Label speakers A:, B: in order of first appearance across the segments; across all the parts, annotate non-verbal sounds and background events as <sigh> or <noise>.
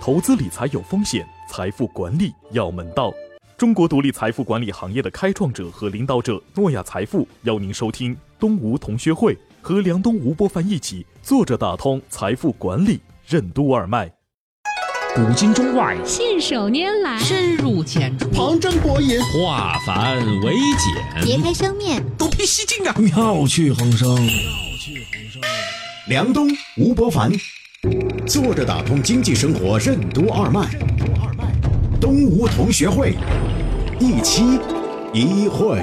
A: 投资理财有风险，财富管理要门道。中国独立财富管理行业的开创者和领导者诺亚财富邀您收听东吴同学会，和梁东、吴伯凡一起坐着打通财富管理任督二脉。
B: 古今中外，
C: 信手拈来，
D: 深入浅出，
E: 旁征博引，
B: 化繁为
F: 别
B: 简，
F: 开生面，
D: 独辟蹊径啊！
B: 妙趣横生。
E: 梁东、吴伯凡，坐着打通经济生活任督二脉，东吴同学会，一期一会。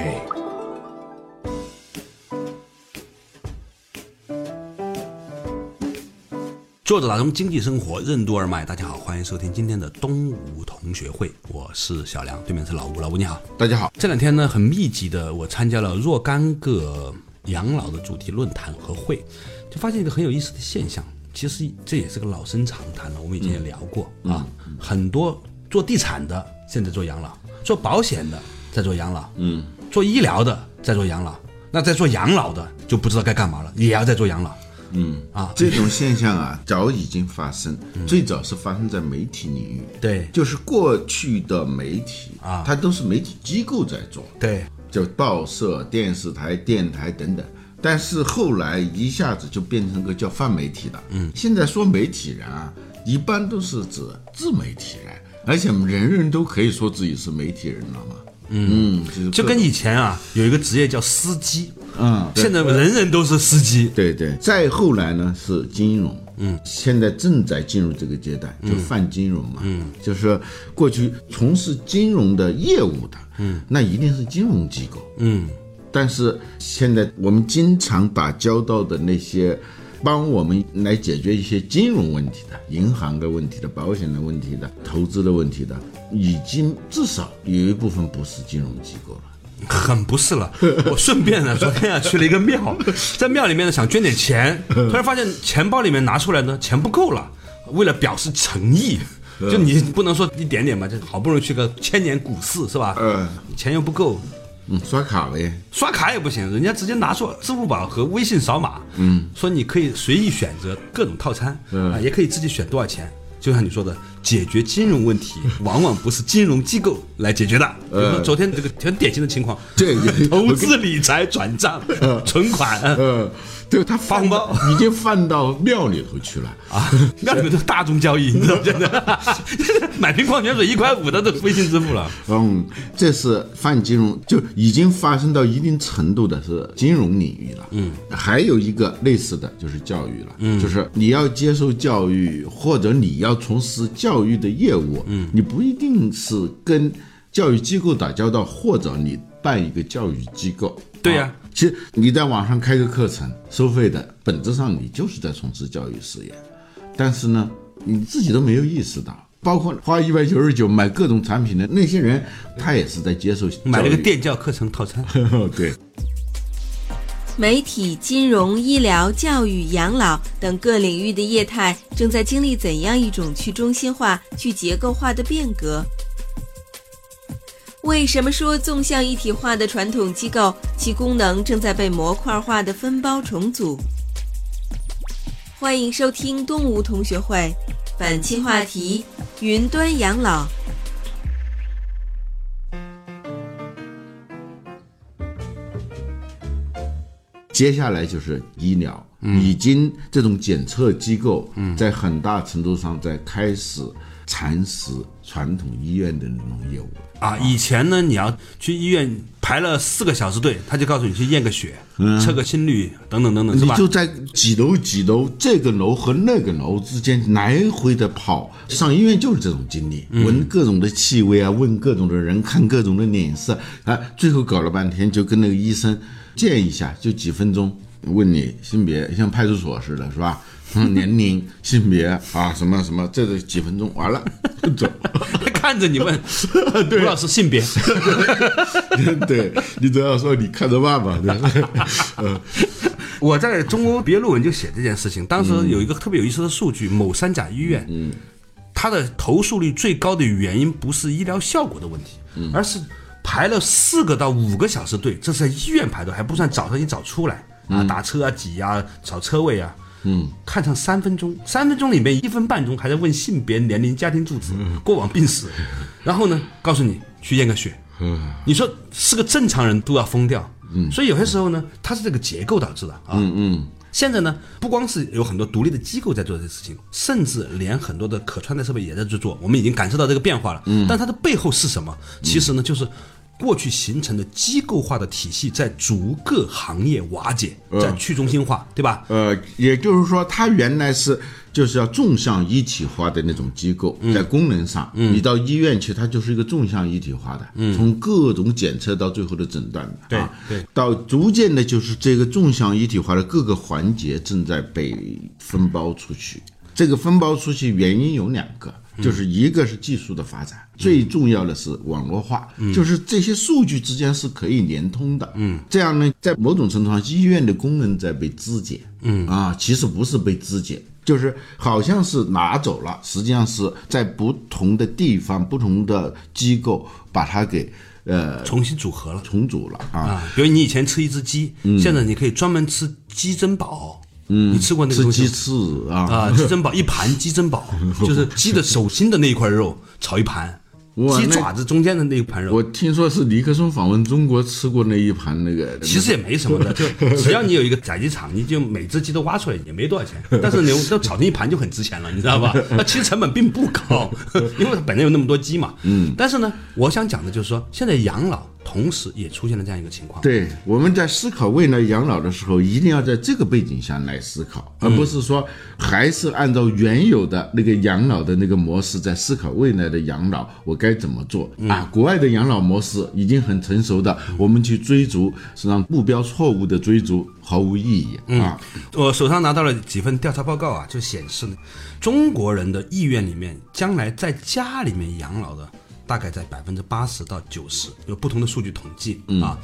G: 作者打通经济生活任督二脉，大家好，欢迎收听今天的东吴同学会，我是小梁，对面是老吴，老吴你好，
E: 大家好，
G: 这两天呢，很密集的，我参加了若干个养老的主题论坛和会，就发现一个很有意思的现象。其实这也是个老生常谈了，我们以前也聊过、啊。很多做地产的现在做养老，做保险的在做养老，嗯，做医疗的在做养老，那在做养老的就不知道该干嘛了，也要在做养老。嗯啊，
H: 这种现象啊，早已经发生，
G: 嗯
H: 最早是发生在媒体领域，
G: 对
H: 就是过去的媒体
G: 啊
H: 它都是媒体机构在做，
G: 对，
H: 就报社、电视台、电台等等。但是后来一下子就变成个叫泛媒体的，嗯，现在说媒体人啊，一般都是指自媒体人，而且人人都可以说自己是媒体人了嘛，嗯，就是
G: 就
H: 各
G: 跟以前啊有一个职业叫司机，
H: 嗯，对
G: 现在人人都是司机，
H: 对对，再后来呢是金融，嗯，现在正在进入这个阶段，就泛金融嘛，嗯，就是过去从事金融的业务的，嗯，那一定是金融机构，
G: 嗯，
H: 但是现在我们经常打交道的那些。帮我们来解决一些金融问题的、银行的问题的、保险的问题的、投资的问题的，已经至少有一部分不是金融机构了。
G: 很不是了。我顺便呢，昨天啊去了一个庙，在庙里面呢想捐点钱，突然发现钱包里面拿出来呢钱不够了，为了表示诚意。
H: 嗯
G: 就你不能说一点点吧，这好不容易去个千年股市是吧？
H: 嗯，
G: 钱又不够，
H: 嗯，刷卡呗，
G: 刷卡也不行，人家直接拿出支付宝和微信扫码，嗯，说你可以随意选择各种套餐，嗯、啊，也可以自己选多少钱。就像你说的，解决金融问 <laughs> 题往往不是金融机构来解决的。比如说昨天这个很典型的情 <laughs> 况，
H: 这个
G: 投资理财转 <laughs> 账、存款，
H: 呃，对他
G: 发
H: 放
G: 红包
H: <laughs> 到已经放到庙里头去 <laughs> 了。
G: 啊， <laughs> 那你们都是大宗交易，你知道吗？ <laughs> 真的，买瓶矿泉水一块五的都微信支付了。
H: 嗯，这是泛金融，就已经发生到一定程度的是金融领域了。嗯，还有一个类似的就是教育了，嗯，就是你要接受教育，或者你要从事教育的业务，嗯，你不一定是跟教育机构打交道，或者你办一个教育机构。
G: 对呀
H: 啊其实你在网上开个课程，收费的，本质上你就是在从事教育事业。但是呢，你自己都没有意识到，包括花一百九十九买各种产品的那些人，他也是在接受
G: 买了个
H: 教育。
G: 电教课程套餐，
H: <laughs> 对，
I: 媒体、金融、医疗、教育、养老等各领域的业态正在经历怎样一种去中心化、去结构化的变革？为什么说纵向一体化的传统机构，其功能正在被模块化的分包重组？欢迎收听东吴同学会，本期话题：云端养老。
H: 接下来就是医疗，
G: 嗯
H: 已经这种检测机构在很大程度上在开始蚕食传统医院的那种业务。
G: 啊，以前呢，你要去医院排了四个小时队，他就告诉你去验个血、测个心率等等等等，是
H: 你
G: 吧？
H: 就在几楼几楼这个楼和那个楼之间来回的跑，上医院就是这种经历，
G: 嗯
H: 闻各种的气味啊，问各种的人，看各种的脸色啊，最后搞了半天就跟那个医生见一下，就几分钟，问你性别，像派出所似的，是吧？ <laughs> 嗯年龄、性别啊，什么什么，这个几分钟完了，走。 <laughs>
G: <laughs> 看着你问吴老师性别，
H: 对你总要说你看着办吧，对吧？呃，
G: 我在中国毕业论文就写这件事情，当时有一个特别有意思的数据，某三甲医院，嗯，它的投诉率最高的原因不是医疗效果的问题，而是排了四个到五个小时队，这是在医院排队，还不算早上一早出来啊，打车啊、挤啊、找车位啊，嗯，看上三分钟，三分钟里面一分半钟还在问性别、年龄、家庭住址、过往病史，然后呢，告诉你去验个血，你说是个正常人都要疯掉，所以有些时候呢，它是这个结构导致的啊，
H: 嗯
G: 现在呢，不光是有很多独立的机构在做这事情，甚至连很多的可穿戴设备也在去做。我们已经感受到这个变化了。嗯，但它的背后是什么？其实呢，就是过去形成的机构化的体系在逐个行业瓦解，
H: 嗯
G: 在去中心化，对吧？
H: 呃，也就是说，它原来是就是要纵向一体化的那种机构，
G: 嗯
H: 在功能上，你到医院去，它就是一个纵向一体化的，从各种检测到最后的诊断的，
G: 嗯对
H: 啊
G: 对，
H: 到逐渐的，就是这个纵向一体化的各个环节正在被分包出去。这个分包出去原因有两个，
G: 嗯
H: 就是一个是技术的发展，最重要的是网络化，
G: 嗯
H: 就是这些数据之间是可以连通的。嗯，这样呢，在某种程度上，医院的功能在被肢解。嗯啊，其实不是被肢解。就是好像是拿走了，实际上是在不同的地方、不同的机构把它给呃
G: 重新组合了
H: 重组了啊。
G: 啊！比如你以前吃一只鸡，
H: 嗯
G: 现在你可以专门吃鸡胗堡。嗯，你吃过那个
H: 吃
G: 东西
H: 鸡
G: 吗？
H: 翅
G: 啊
H: 啊，，
G: 鸡胗堡一盘鸡胗
H: <laughs>
G: 堡，就是鸡的手心的那一块肉炒一盘，
H: 哇
G: 鸡
H: 那
G: 爪子中间的那一盘肉。
H: 我听说是尼克松访问中国吃过那一盘那个。
G: 其实也没什么的，
H: <laughs>
G: 就只要你有一个宰鸡场，你就每只鸡都挖出来也没多少钱，但是牛都炒成一盘就很值钱了，你知道吧？那其实成本并不
H: <laughs>
G: 高，因为它本来有那么多鸡嘛。嗯。但是呢，我想讲的就是说，现在养老同时也出现了这样一个情况。。
H: 对，我们在思考未来养老的时候，一定要在这个背景下来思考，而不是说还是按照原有的那个养老的那个模式在思考未来的养老我该怎么做啊？国外的养老模式已经很成熟的，我们去追逐，实际上目标错误的追逐毫无意义啊。
G: 我手上拿到了几份调查报告啊，就显示呢，中国人的意愿里面，将来在家里面养老的大概在百分之八十到九十，有不同的数据统计、啊，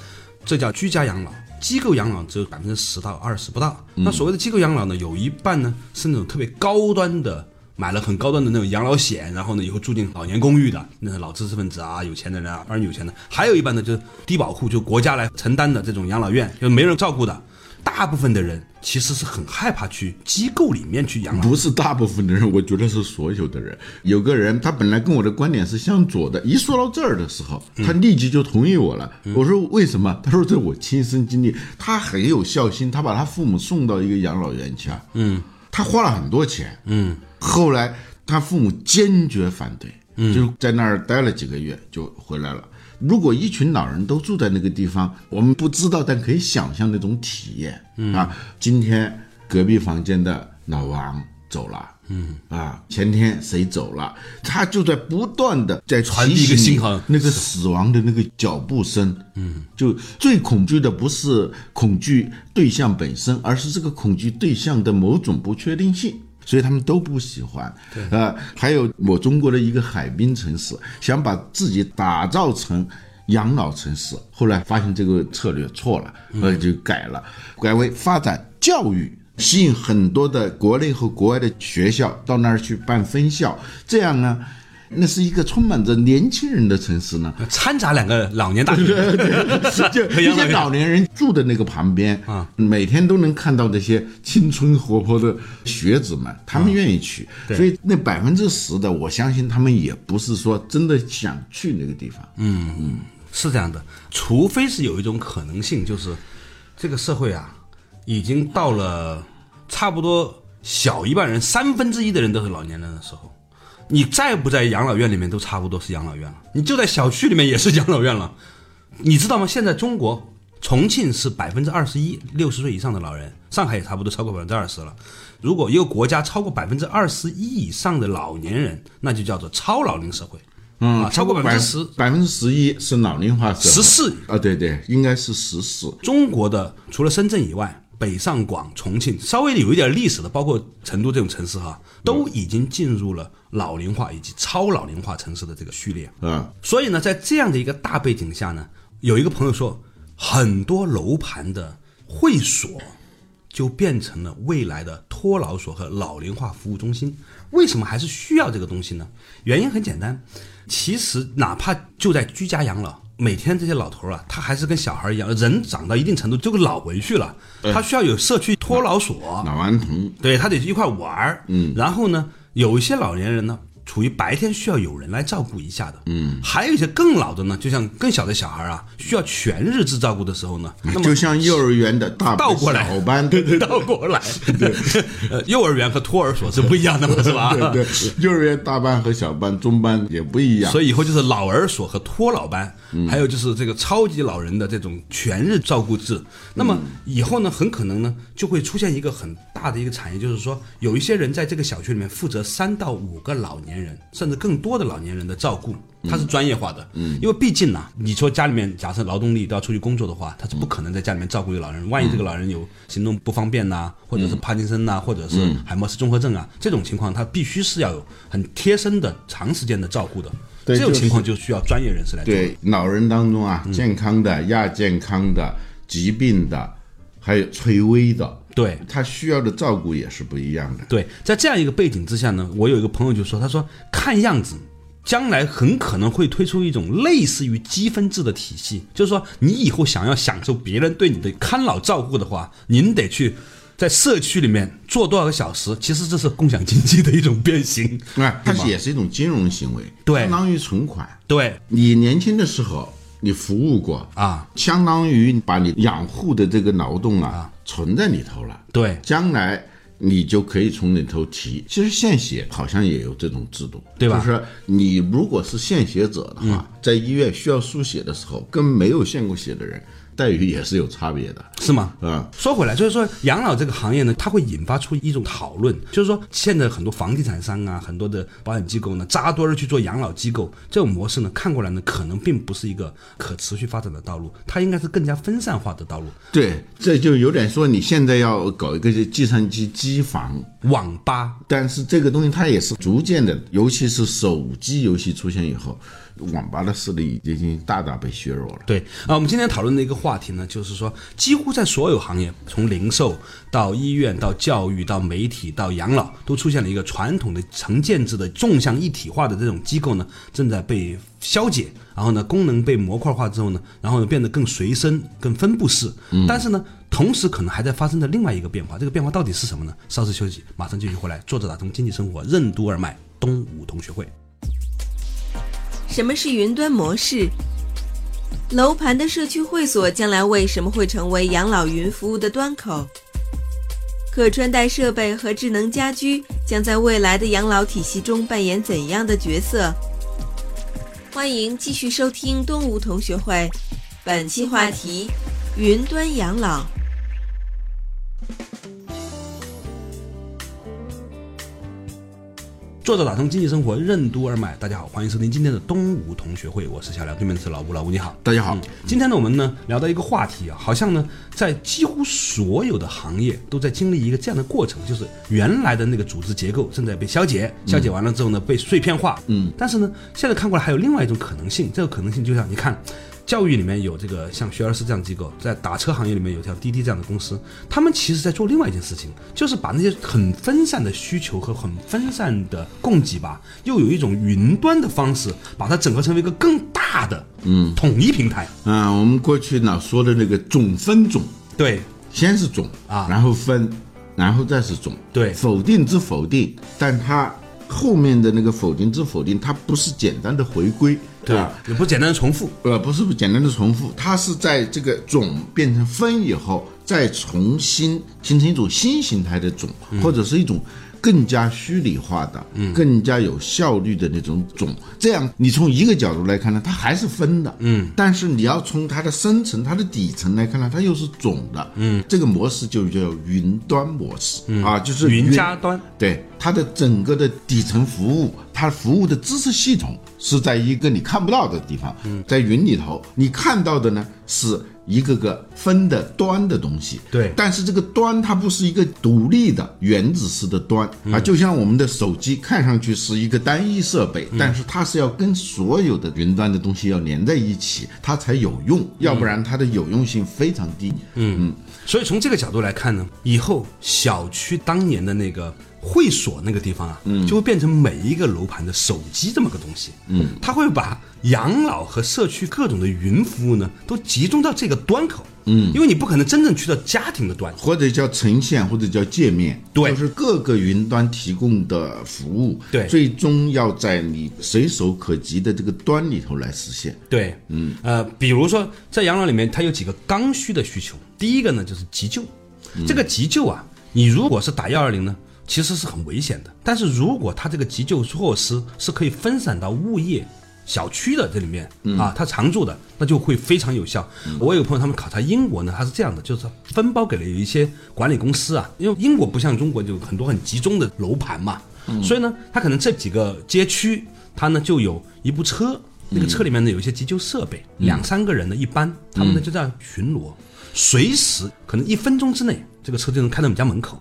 G: 这叫居家养老。机构养老只有百分之十到二十不到。那所谓的机构养老呢，有一半呢是那种特别高端的。买了很高端的那种养老险，然后呢，以后住进老年公寓的那老知识分子啊、有钱的人啊，当然有钱的，还有一半呢就是低保户，就国家来承担的这种养老院，就没人照顾的。大部分的人其实是很害怕去机构里面去养老。
H: 不是大部分的人，我觉得是所有的人。有个人，他本来跟我的观点是相左的，一说到这儿的时候，他立即就同意我了。我说为什么？他说这是我亲身经历，他很有孝心，他把他父母送到一个养老院去啊，嗯，他花了很多钱，嗯，后来他父母坚决反对，嗯，就在那儿待了几个月就回来了。如果一群老人都住在那个地方，我们不知道，但可以想象那种体验、
G: 嗯
H: 啊。今天隔壁房间的老王走了，嗯啊，前天谁走了，他就在不断的在
G: 传递一个
H: 提醒你
G: 信号
H: 那个死亡的那个脚步声，嗯，就最恐惧的不是恐惧对象本身，而是这个恐惧对象的某种不确定性。所以他们都不喜欢，呃，还有我中国的一个海滨城市，想把自己打造成养老城市，后来发现这个策略错了，呃，就改了，改为发展教育，吸引很多的国内和国外的学校到那儿去办分校，这样呢，那是一个充满着年轻人的城市呢，
G: 掺杂两个老年大学， <laughs>
H: 就
G: 和
H: 一
G: 养老
H: 些
G: 院
H: 老年人住的那个旁边
G: 啊，
H: 每天都能看到这些青春活泼的学子们，他们愿意去，
G: 啊
H: 所以那百分之十的，我相信他们也不是说真的想去那个地方。嗯，
G: 是这样的。除非是有一种可能性，就是这个社会啊，已经到了差不多小一半人，三分之一的人都是老年人的时候，你在不在养老院里面都差不多是养老院了，你就在小区里面也是养老院了，你知道吗？现在中国重庆是百分之二十一六十岁以上的老人，上海也差不多超过百分之二十了。如果一个国家超过百分之二十一以上的老年人，那就叫做超老龄社会。嗯啊，超过百分之十，
H: 百分之十一是老龄化社会，
G: 14
H: 啊，对对，应该是十四。
G: 中国的除了深圳以外，北上广、重庆稍微有一点历史的，包括成都这种城市哈，都已经进入了老龄化以及超老龄化城市的这个序列。
H: 啊，
G: 所以呢，在这样的一个大背景下呢，有一个朋友说，很多楼盘的会所就变成了未来的托老所和老龄化服务中心。为什么还是嗯需要这个东西呢？原因很简单，其实哪怕就在居家养老，每天这些老头儿啊，他还是跟小孩儿一样，人长到一定程度就跟老回去了，他需要有社区托老所，
H: 老顽童，
G: 对他得一块玩儿。嗯，然后呢，有一些老年人呢，处于白天需要有人来照顾一下的。嗯，还有一些更老的呢，就像更小的小孩啊，需要全日制照顾的时候呢，那么
H: 啊就像幼儿园的大班
G: 倒过来
H: 小
G: <laughs>
H: 班，对对对
G: 倒过来， <laughs> 呃，幼儿园和托儿所是不一样的嘛，是吧？
H: 对对，幼儿园大班和小班、中班也不一样。
G: 所以以后就是老儿所和托老班，还有就是这个超级老人的这种全日照顾制。那么以后呢，很可能呢就会出现一个很大的一个产业，就是说有一些人在这个小区里面负责三到五个老年人，甚至更多的老年人的照顾。他是专业化的，嗯，因为毕竟呢，你说家里面假设劳动力都要出去工作的话，他是不可能在家里面照顾一个老人。万一这个老人有行动不方便呐、或者是帕金森呐、或者是海默氏综合症啊，这种情况他必须是要有很贴身的、长时间的照顾的。
H: 对
G: 这种
H: 就是
G: 情况就需要专业人士来做。
H: 对老人当中
G: 嗯
H: 啊，健康的、亚健康的、疾病的，还有垂危的，
G: 对
H: 他需要的照顾也是不一样的。
G: 对在这样一个背景之下呢，我有一个朋友就说，他说看样子。将来很可能会推出一种类似于积分制的体系，就是说，你以后想要享受别人对你的看老照顾的话，您得去在社区里面做多少个小时。其实这是共享经济的一种变形。
H: 啊，它
G: 对吧
H: 也是一种金融行为，
G: 对
H: 相当于存款。
G: 对
H: 你年轻的时候，你服务过，
G: 啊，
H: 相当于把你养护的这个劳动啊，存在里头了，
G: 对
H: 将来。你就可以从里头提。其实献血好像也有这种制度，
G: 对吧嗯
H: 就是你如果是献血者的话，在医院需要输血的时候，跟没有献过血的人待遇也是有差别的
G: 是吗？
H: 啊。
G: 说回来，就是说养老这个行业呢，它会引发出一种讨论，就是说现在很多房地产商啊，很多的保险机构呢，扎堆儿去做养老机构这种模式呢，看过来呢，可能并不是一个可持续发展的道路，它应该是更加分散化的道路，
H: 对，这就有点说你现在要搞一个计算机机房，
G: 网吧。
H: 但是这个东西它也是逐渐的，尤其是手机游戏出现以后，网吧的势力已经大大被削弱了。
G: 对啊，我们今天讨论的一个话题呢，就是说，几乎在所有行业，从零售到医院、到教育、到媒体、到养老，都出现了一个传统的成建制的纵向一体化的这种机构呢，正在被消解。然后呢，功能被模块化之后呢，然后呢变得更随身、更分布式。但是呢，同时可能还在发生的另外一个变化，这个变化到底是什么呢？稍事休息，马上继续回来。作者打通经济生活任督二脉，东吴同学会。
I: 什么是云端模式？楼盘的社区会所将来为什么会成为养老云服务的端口？可穿戴设备和智能家居将在未来的养老体系中扮演怎样的角色？欢迎继续收听东吴同学会，本期话题：云端养老。
G: 作者打通经济生活任督二脉，大家好，欢迎收听今天的东吴同学会，我是小梁，对面是老吴，老吴你好。
H: 大家好
G: 嗯，今天呢，我们呢聊到一个话题啊，好像呢在几乎所有的行业都在经历一个这样的过程，就是原来的那个组织结构正在被消解，消解完了之后呢被碎片化，嗯，但是呢现在看过来还有另外一种可能性，这个可能性就像你看。教育里面有这个像学而思这样的机构，在打车行业里面有像滴滴这样的公司，他们其实在做另外一件事情，就是把那些很分散的需求和很分散的供给吧，又有一种云端的方式，把它整合成为一个更大的嗯统一平台。
H: 嗯，我们过去呢说的那个总分总，
G: 对
H: 先是总
G: 啊
H: 然后分，然后再是总，
G: 对
H: 否定之否定，但它后面的那个否定之否定，它不是简单的回归，啊吧？
G: 啊也不是简单的重复。
H: 呃，不是简单的重复，它是在这个总变成分以后，再重新形成一种新形态的总，或者是一种更加虚拟化的、更加有效率的那种总。这样，你从一个角度来看呢，它还是分的，嗯，但是你要从它的深层、它的底层来看呢，它又是总的，嗯，这个模式就叫云端模式、啊，就是
G: 云加端，
H: 对它的整个的底层服务，它服务的支持系统是在一个你看不到的地方，在云里头，你看到的呢是一个个分的端的东西，
G: 对
H: 但是这个端它不是一个独立的原子式的端、啊，就像我们的手机看上去是一个单一设备，但是它是要跟所有的云端的东西要连在一起，它才有用，要不然它的有用性非常低，嗯，
G: 所以从这个角度来看呢，以后小区当年的那个会所那个地方啊，就会变成每一个楼盘的手机这么个东西。嗯，它会把养老和社区各种的云服务呢，都集中到这个端口。嗯，因为你不可能真正去到家庭的端，
H: 或者叫呈现，或者叫界面，
G: 对
H: 就是各个云端提供的服务，
G: 对
H: 最终要在你随手可及的这个端里头来实现。
G: 对，嗯，呃，比如说在养老里面，它有几个刚需的需求。第一个呢，就是急救。这个急救啊，你如果是打幺二零呢，其实是很危险的。但是如果它这个急救措施是可以分散到物业。小区的这里面、啊，它常住的那就会非常有效。我有朋友他们考察英国呢，它是这样的，就是分包给了有一些管理公司啊，因为英国不像中国就很多很集中的楼盘嘛，所以呢，它可能这几个街区它呢就有一部车，那个车里面呢有一些急救设备，两三个人呢一般，他们呢就在巡逻，随时可能一分钟之内，这个车就能开到你家门口。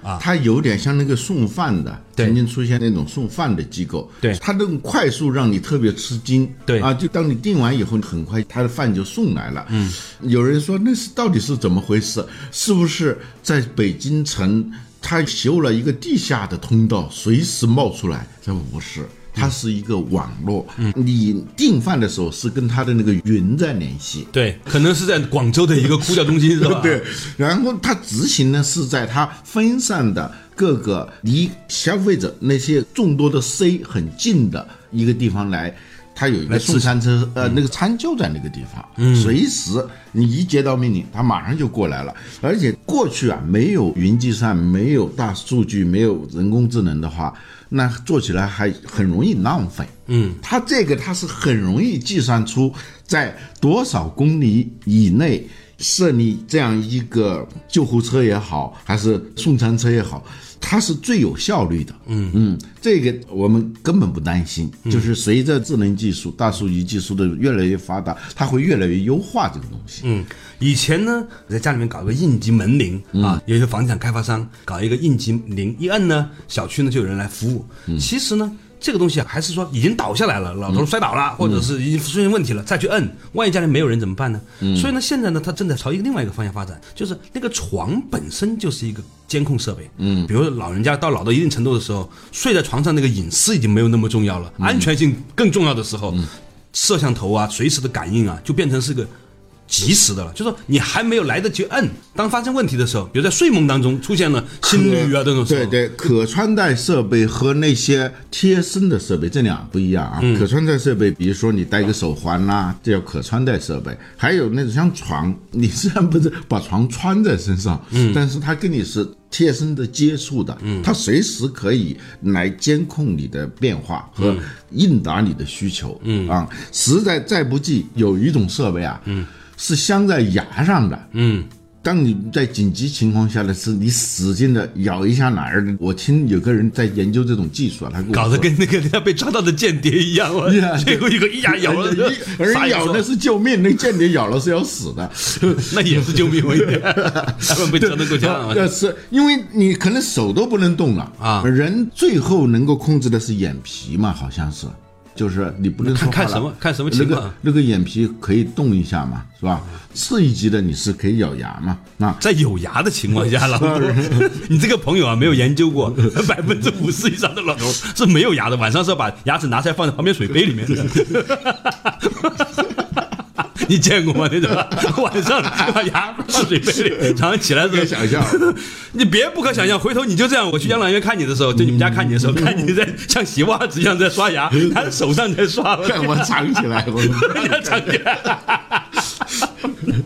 H: 啊、它有点像那个送饭的，
G: 对
H: 曾经出现那种送饭的机构，
G: 对
H: 它那种快速让你特别吃惊，
G: 对
H: 啊，就当你订完以后，很快他的饭就送来了。嗯，有人说那是到底是怎么回事？是不是在北京城他修了一个地下的通道，随时冒出来？这不
G: 嗯
H: 是。它是一个网络，你订饭的时候是跟它的那个云在联系，
G: 对，可能是在广州的一个估价中心是吧？
H: <laughs> 对，然后它执行呢是在它分散的各个离消费者那些众多的 C 很近的一个地方来。它有一个送餐嗯车，呃，那个餐就在那个地方，随时你一接到命令，它马上就过来了。而且过去啊，没有云计算，没有大数据，没有人工智能的话，那做起来还很容易浪费。嗯，它这个它是很容易计算出在多少公里以内设立这样一个救护车也好，还是送餐车也好，它是最有效率的。嗯嗯，这个我们根本不担心，就是随着智能技术、大数据技术的越来越发达，它会越来越优化这个东西。
G: 嗯，以前呢，在家里面搞个应急门铃、啊，有一些房地产开发商搞一个应急铃，一摁呢，小区呢就有人来服务。其实呢，这个东西啊，还是说已经倒下来了，老头摔倒了，或者是已经出现问题了，再去摁，万一家里没有人怎么办呢？所以呢，现在呢，它正在朝一个另外一个方向发展，就是那个床本身就是一个监控设备。嗯，比如说老人家到老到一定程度的时候，睡在床上那个隐私已经没有那么重要了，安全性更重要的时候。摄像头啊，随时的感应啊，就变成是个及时的了，就说你还没有来得及摁，当发生问题的时候，比如在睡梦当中出现了心率啊这种时候，
H: 对，对，可穿戴设备和那些贴身的设备这俩不一样啊。可穿戴设备，比如说你戴个手环啦、这叫可穿戴设备。还有那种像床，你虽然不是把床穿在身上，嗯，但是它跟你是贴身的接触的，嗯，它随时可以来监控你的变化和应答你的需求，嗯啊，实在再不济，有一种设备啊，嗯，是镶在牙上的，
G: 嗯，
H: 当你在紧急情况下的时候，你使劲的咬一下哪儿的。我听有个人在研究这种技术啊，他跟我
G: 搞得
H: 说
G: 跟那个要被抓到的间谍一样，
H: <laughs>
G: 我
H: Yeah
G: 最后一个一牙咬了，
H: <laughs> 而
G: 撒野
H: 咬
G: <laughs>
H: 那
G: 说
H: 是救命，那间谍咬了是要死的。
G: 啊那也是救命危险，
H: <laughs>
G: 他们被抓到过家了
H: 呃，是因为你可能手都不能动了
G: 啊
H: 人最后能够控制的是眼皮嘛，好像是，就是你不能
G: 看看什
H: 说话了
G: 么看什么情
H: 那个
G: 况。
H: 那个眼皮可以动一下嘛，是吧？次一级的你是可以咬牙嘛，那 <laughs>
G: 在有牙的情况下，老头，你这个朋友啊，没有研究过，百分之五十以上的老头是没有牙的，晚上是要把牙齿拿出来放在旁边水杯里面的。你见过吗？那种晚上把牙放水杯里，早上起来的时候
H: 别想象，
G: 你别不可想象。回头你就这样，我去养老院看你的时候，在你们家看你的时候，看你在像洗袜子一样在刷牙，他的手上在刷，
H: 看我藏起来，我 <laughs>
G: 人家常见。 <laughs>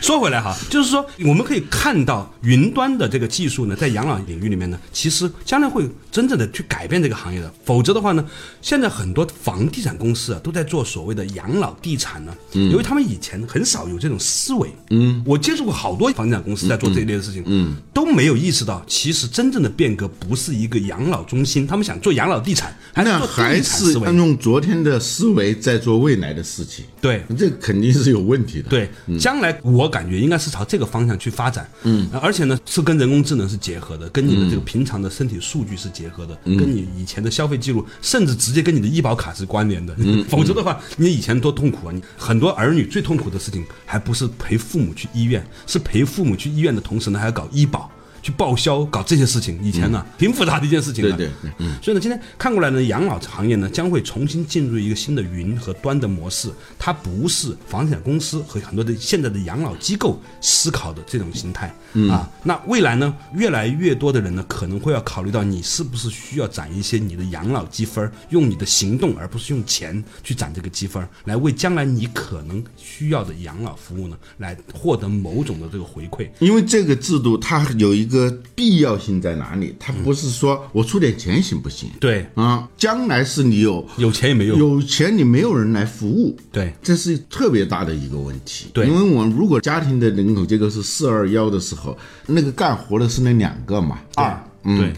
G: 说回来哈，就是说我们可以看到云端的这个技术呢，在养老领域里面呢，其实将来会真正的去改变这个行业的。否则的话呢，现在很多房地产公司啊，都在做所谓的养老地产呢、
H: 嗯
G: 由于他们以前很少有这种思维，嗯，我接触过好多房地产公司在做这一类的事情，嗯，都没有意识到，其实真正的变革不是一个养老中心，他们想做养老地产，还是
H: 那
G: 做
H: 还
G: 地产
H: 是嗯
G: 思维
H: 要用昨天的思维在做未来的事情，
G: 对，
H: 这肯定是有问题的。，嗯
G: 对，将来我感觉应该是朝这个方向去发展。嗯，而且呢，是跟人工智能是结合的，跟你
H: 嗯
G: 的这个平常的身体数据是结合的，跟你以前的消费记录，甚至直接跟你的医保卡是关联的。
H: 嗯
G: 否则的话，你以前多痛苦啊！你很多儿女最痛苦的事情，还不是陪父母去医院，是陪父母去医院的同时呢，还要搞医保。去报销搞这些事情，以前呢、
H: 嗯
G: 挺复杂的一件事情
H: 对
G: 的。
H: 对对，嗯，
G: 所以呢，今天看过来呢，养老行业呢将会重新进入一个新的云和端的模式，它不是房地产公司和很多的现在的养老机构思考的这种形态、
H: 嗯
G: 啊。那未来呢，越来越多的人呢可能会要考虑到你是不是需要攒一些你的养老积分儿，用你的行动而不是用钱去攒这个积分儿，来为将来你可能需要的养老服务呢来获得某种的这个回馈。
H: 因为这个制度它有一个必要性在哪里？它不是说我出点钱行不行？
G: 对，
H: 啊，将来是你有
G: 有钱也没用。
H: 有钱你没有人来服务，
G: 对
H: 这是特别大的一个问题。
G: 对
H: 因为我们如果家庭的人口结构是四二幺的时候，那个干活的是那两个嘛，二，
G: 对
H: 嗯，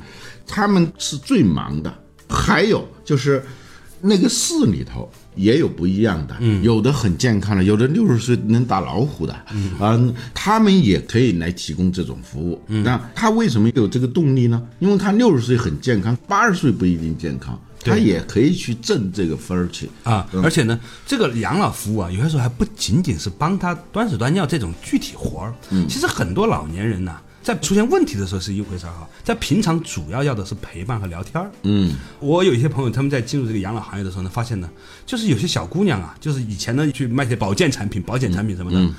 H: 他们是最忙的。还有就是那个市里头。也有不一样的，有的很健康的，有的六十岁能打老虎的，嗯、他们也可以来提供这种服务。那他为什么有这个动力呢？因为他六十岁很健康，八十岁不一定健康，他也可以去挣这个分儿去。
G: 啊，而且呢，这个养老服务啊，有些时候还不仅仅是帮他端屎端尿这种具体活儿。其实很多老年人呐、在出现问题的时候是一回事儿哈，在平常主要要的是陪伴和聊天儿。嗯，我有一些朋友，他们在进入这个养老行业的时候呢，发现呢，就是有些小姑娘啊，就是以前呢去卖些保健产品、保险产品什么的。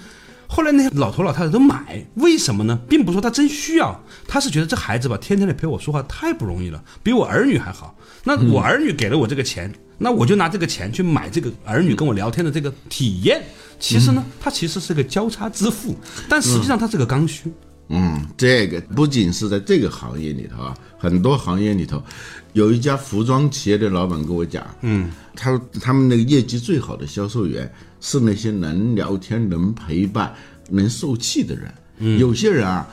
G: 后来那些老头老太太都买，为什么呢？并不是说他真需要，他是觉得这孩子吧，天天的陪我说话太不容易了，比我儿女还好。那我儿女给了我这个钱，那我就拿这个钱去买这个儿女跟我聊天的这个体验。其实呢，它其实是个交叉支付，但实际上它是个刚需。
H: 嗯，这个不仅是在这个行业里头啊，很多行业里头，有一家服装企业的老板跟我讲，嗯，他他们那个业绩最好的销售员是那些能聊天、能陪伴、能受气的人。嗯，有些人啊，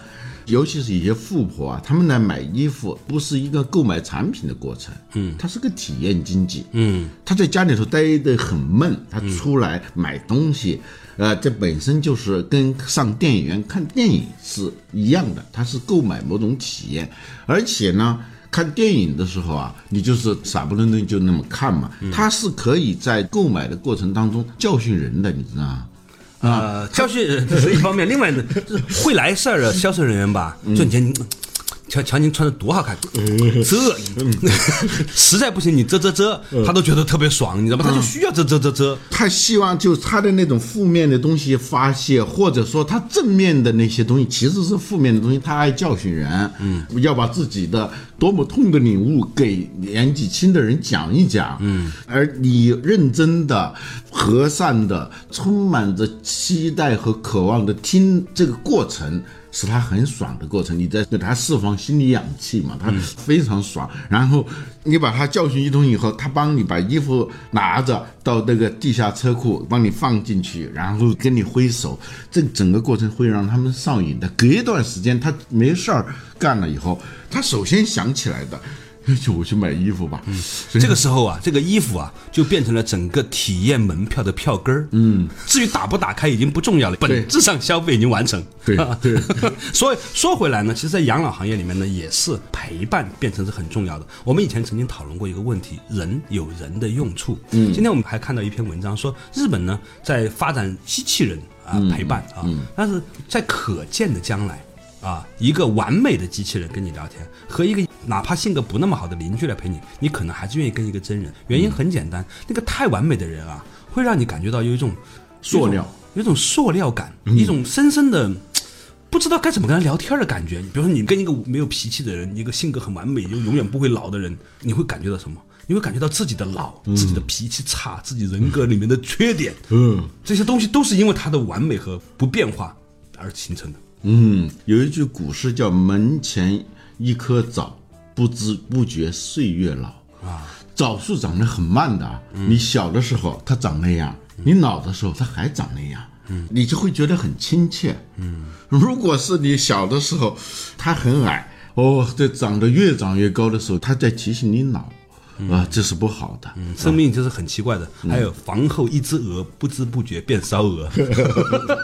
H: 尤其是一些富婆啊，他们来买衣服不是一个购买产品的过程，嗯，它是个体验经济，嗯，他在家里头待得很闷，他出来买东西，呃，这本身就是跟上电影院看电影是一样的，它是购买某种体验，而且呢。看电影的时候啊，你就是傻不愣登就那么看嘛，它是可以在购买的过程当中教训人的，你知道吗？
G: 呃，教训人 <laughs> 是一方面，另外呢，就是会来事 <laughs> 儿的销售人员吧，就你前。瞧瞧您穿的多好 <laughs> 看，这嗯 <laughs> 实在不行你遮遮遮，他都觉得特别爽，你知道吗？他就需要遮遮遮遮。
H: 他希望就是他的那种负面的东西发泄，或者说他正面的那些东西其实是负面的东西，他爱教训人，嗯，要把自己的多么痛的领悟给年纪轻的人讲一讲，嗯，而你认真的、和善的、充满着期待和渴望的听这个过程。是他很爽的过程，你在给他释放心理氧气嘛，
G: 嗯
H: 他非常爽。然后你把他教训一通以后，他帮你把衣服拿着到那个地下车库，帮你放进去，然后跟你挥手，这整个过程会让他们上瘾的。隔一段时间，他没事儿干了以后，他首先想起来的，就我去买衣服吧。所以
G: 嗯 <laughs>
H: <laughs>
G: 这个时候啊，这个衣服啊，就变成了整个体验门票的票根儿。嗯，至于打不打开已经不重要了，本质上消费已经完成。 <laughs>
H: 对对，
G: 所以说回来呢，其实，在养老行业里面呢，也是陪伴变成是很重要的。我们以前曾经讨论过一个问题：人有人的用处。嗯，今天我们还看到一篇文章说，日本呢在发展机器人啊
H: 嗯
G: 陪伴啊，但是在可见的将来。啊，一个完美的机器人跟你聊天，和一个哪怕性格不那么好的邻居来陪你，你可能还是愿意跟一个真人。原
H: 嗯
G: 因很简单，那个太完美的人啊，会让你感觉到有一种
H: 塑料，嗯
G: 有一种塑料感，一种深深的。不知道该怎么跟他聊天的感觉，比如说你跟一个没有脾气的人，一个性格很完美又永远不会老的人，你会感觉到什么？你会感觉到自己的老、自己的脾气差、自己人格里面的缺点，嗯，这些东西都是因为他的完美和不变化而形成的。
H: 嗯，有一句古诗叫“门前一棵枣，不知不觉岁月老”啊。枣树长得很慢的啊，你小的时候它长那样，
G: 嗯
H: 你老的时候它还长那样，你就会觉得很亲切。嗯，如果是你小的时候它很矮，哦，这长得越长越高的时候，它在提醒你老，
G: 嗯
H: 啊，这是不好的。
G: 生命就是很奇怪的。还有房后一只鹅，不知不觉变烧鹅。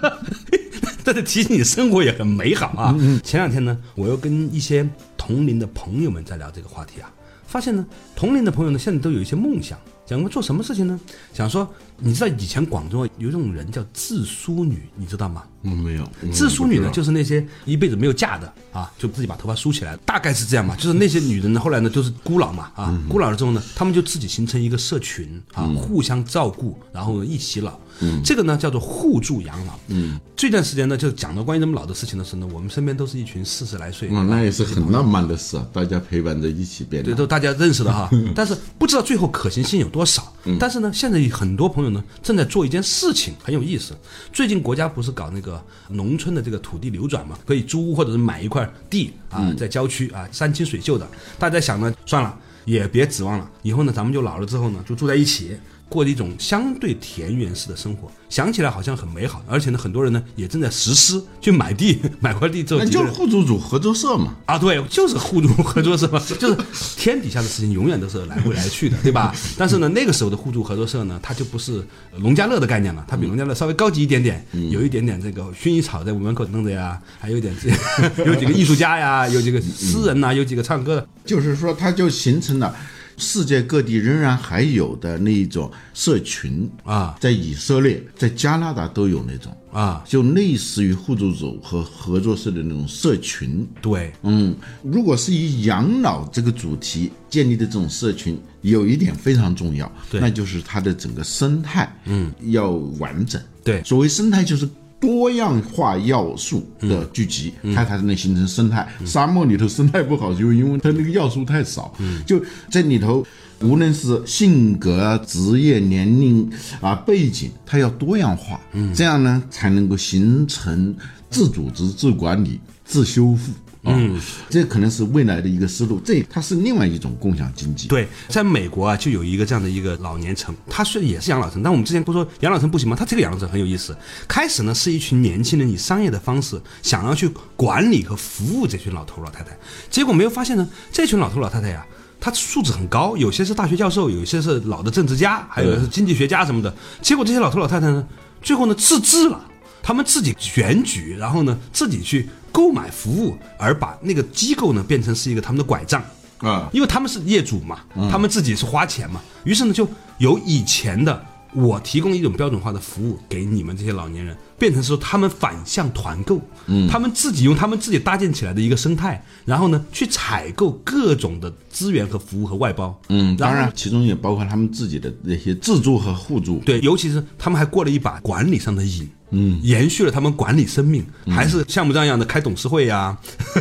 G: <laughs> 但是提醒你生活也很美好啊。前两天呢，我又跟一些同龄的朋友们在聊这个话题啊，发现呢，同龄的朋友呢，现在都有一些梦想蒋公做什么事情呢？想说，你知道以前广州有一种人叫自梳女，你知道吗？
H: 我嗯没有
G: 自梳女呢，
H: 是
G: 就是那些一辈子没有嫁的啊，就自己把头发梳起来，大概是这样嘛。就是那些女人呢，后来呢就是孤老嘛啊，
H: 嗯
G: 孤老了之后呢，她们就自己形成一个社群啊，互相照顾，然后呢一起老。
H: 嗯
G: 这个呢叫做互助养老。嗯，这段时间呢，就讲到关于这么老的事情的时候呢，我们身边都是一群四十来岁，
H: 哇，嗯那也是很浪漫的事啊，大家陪伴着一起变
G: 对，
H: 老。
G: 都大家认识的
H: <laughs>
G: 哈。
H: 嗯
G: 但是不知道最后可行性有多少。但是呢，现在很多朋友呢正在做一件事情，很有意思。最近国家不是搞那个农村的这个土地流转嘛，可以租或者是买一块地啊，
H: 嗯
G: 在郊区啊山清水秀的。大家想呢，算了，也别指望了，以后呢咱们就老了之后呢就住在一起。过一种相对田园式的生活，想起来好像很美好，而且呢，很多人呢也正在实施去买地， <laughs> 买块地之后，
H: 那
G: 几个
H: 就是
G: 人
H: 互助组合作社嘛，
G: 啊，对，就是互助合作社嘛，就是天底下的事情永远都是来回来去的，对吧？但是呢，那个时候的互助合作社呢，它就不是农家乐的概念了，它比农家乐稍微高级一点点，有一点点这个薰衣草在门口弄着呀，还有一点这 <laughs> 有几个艺术家呀，有几个诗人呐、有几个唱歌的，
H: 就是说它就形成了世界各地仍然还有的那一种社群
G: 啊
H: 在以色列、在加拿大都有那种
G: 啊，
H: 就类似于互助组和合作社的那种社群。
G: 对，
H: 嗯，如果是以养老这个主题建立的这种社群，有一点非常重要，
G: 对
H: 那就是它的整个生态，嗯，要完整。
G: 对
H: 所谓生态就是。多样化要素的聚集，它才能形成生态。沙漠里头生态不好，就是因为它那个要素太少。就这里头，无论是性格啊、职业、年龄啊、背景，它要多样化。这样呢，才能够形成自组织、自管理、自修复。嗯，这可能是未来的一个思路，这它是另外一种共享经济。，
G: 对，在美国啊，就有一个这样的一个老年城，它虽然也是养老城，但我们之前不说养老城不行吗？它这个养老城很有意思。开始呢，是一群年轻人以商业的方式想要去管理和服务这群老头老太太，结果没有发现呢，这群老头老太太呀、他素质很高，有些是大学教授，有些是老的政治家，还有是经济学家什么的。结果这些老头老太太呢，最后呢自治了，他们自己选举，然后呢自己去购买服务，而把那个机构呢变成是一个他们的拐杖。
H: 啊，
G: 因为他们是业主嘛，
H: 嗯
G: 他们自己是花钱嘛，于是呢就由以前的我提供一种标准化的服务给你们这些老年人，变成说他们反向团购，
H: 嗯
G: 他们自己用他们自己搭建起来的一个生态，然后呢去采购各种的资源和服务和外包，
H: 嗯，
G: 然
H: 当
G: 后
H: 然，其中也包括他们自己的那些自助和互助。，
G: 对，尤其是他们还过了一把管理上的瘾。嗯，延续了他们管理生命，
H: 嗯
G: 还是像我们这样的开董事会呀、 <laughs>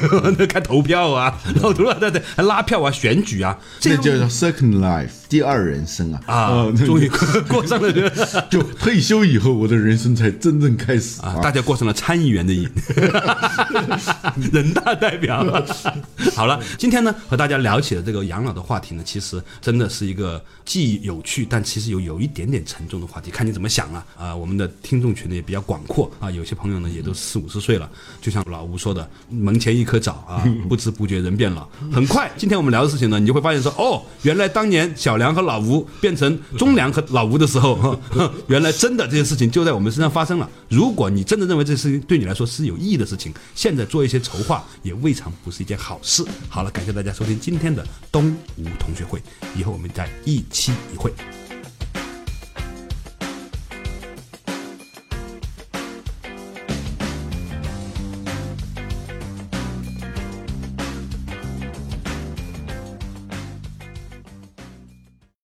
G: 开投票啊，然后对吧？对对，还拉票啊，选举啊，这
H: 这
G: 种
H: 就叫 second life 第二人生啊！
G: <laughs> 啊，终于过过上了这个
H: 就退休以后，我的人生才真正开始
G: 啊，大家过上了参议员的 <laughs> 瘾，人大代 <laughs> 表。好了，今天呢和大家聊起了这个养老的话题呢，其实真的是一个既有趣，但其实有有一点点沉重的话题，看你怎么想了啊、我们的听众群呢也比较广阔啊，有些朋友呢也都四五十岁了，就像老吴说的，门前一棵枣 <laughs> 啊，不知不觉人变老。很快，今天我们聊的事情呢，你就会发现说，哦，原来当年小梁和老吴变成中梁和老吴的时候， <laughs> 呵呵原来真的这些事情就在我们身上发生了。如果你真的认为这事情对你来说是有意义的事情，现在做一些筹划也未尝不是一件好事。好了，感谢大家收听今天的东吴同学会，以后我们再一期一会，